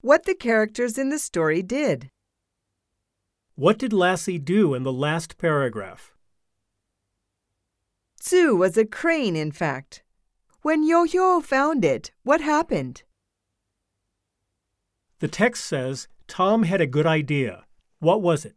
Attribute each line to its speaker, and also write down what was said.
Speaker 1: what the characters in the story did.
Speaker 2: What did Lassie do in the last paragraph?
Speaker 1: Tsu was a crane, in fact. When Yohyo found it, what happened?
Speaker 2: The text says Tom had a good idea. What was it?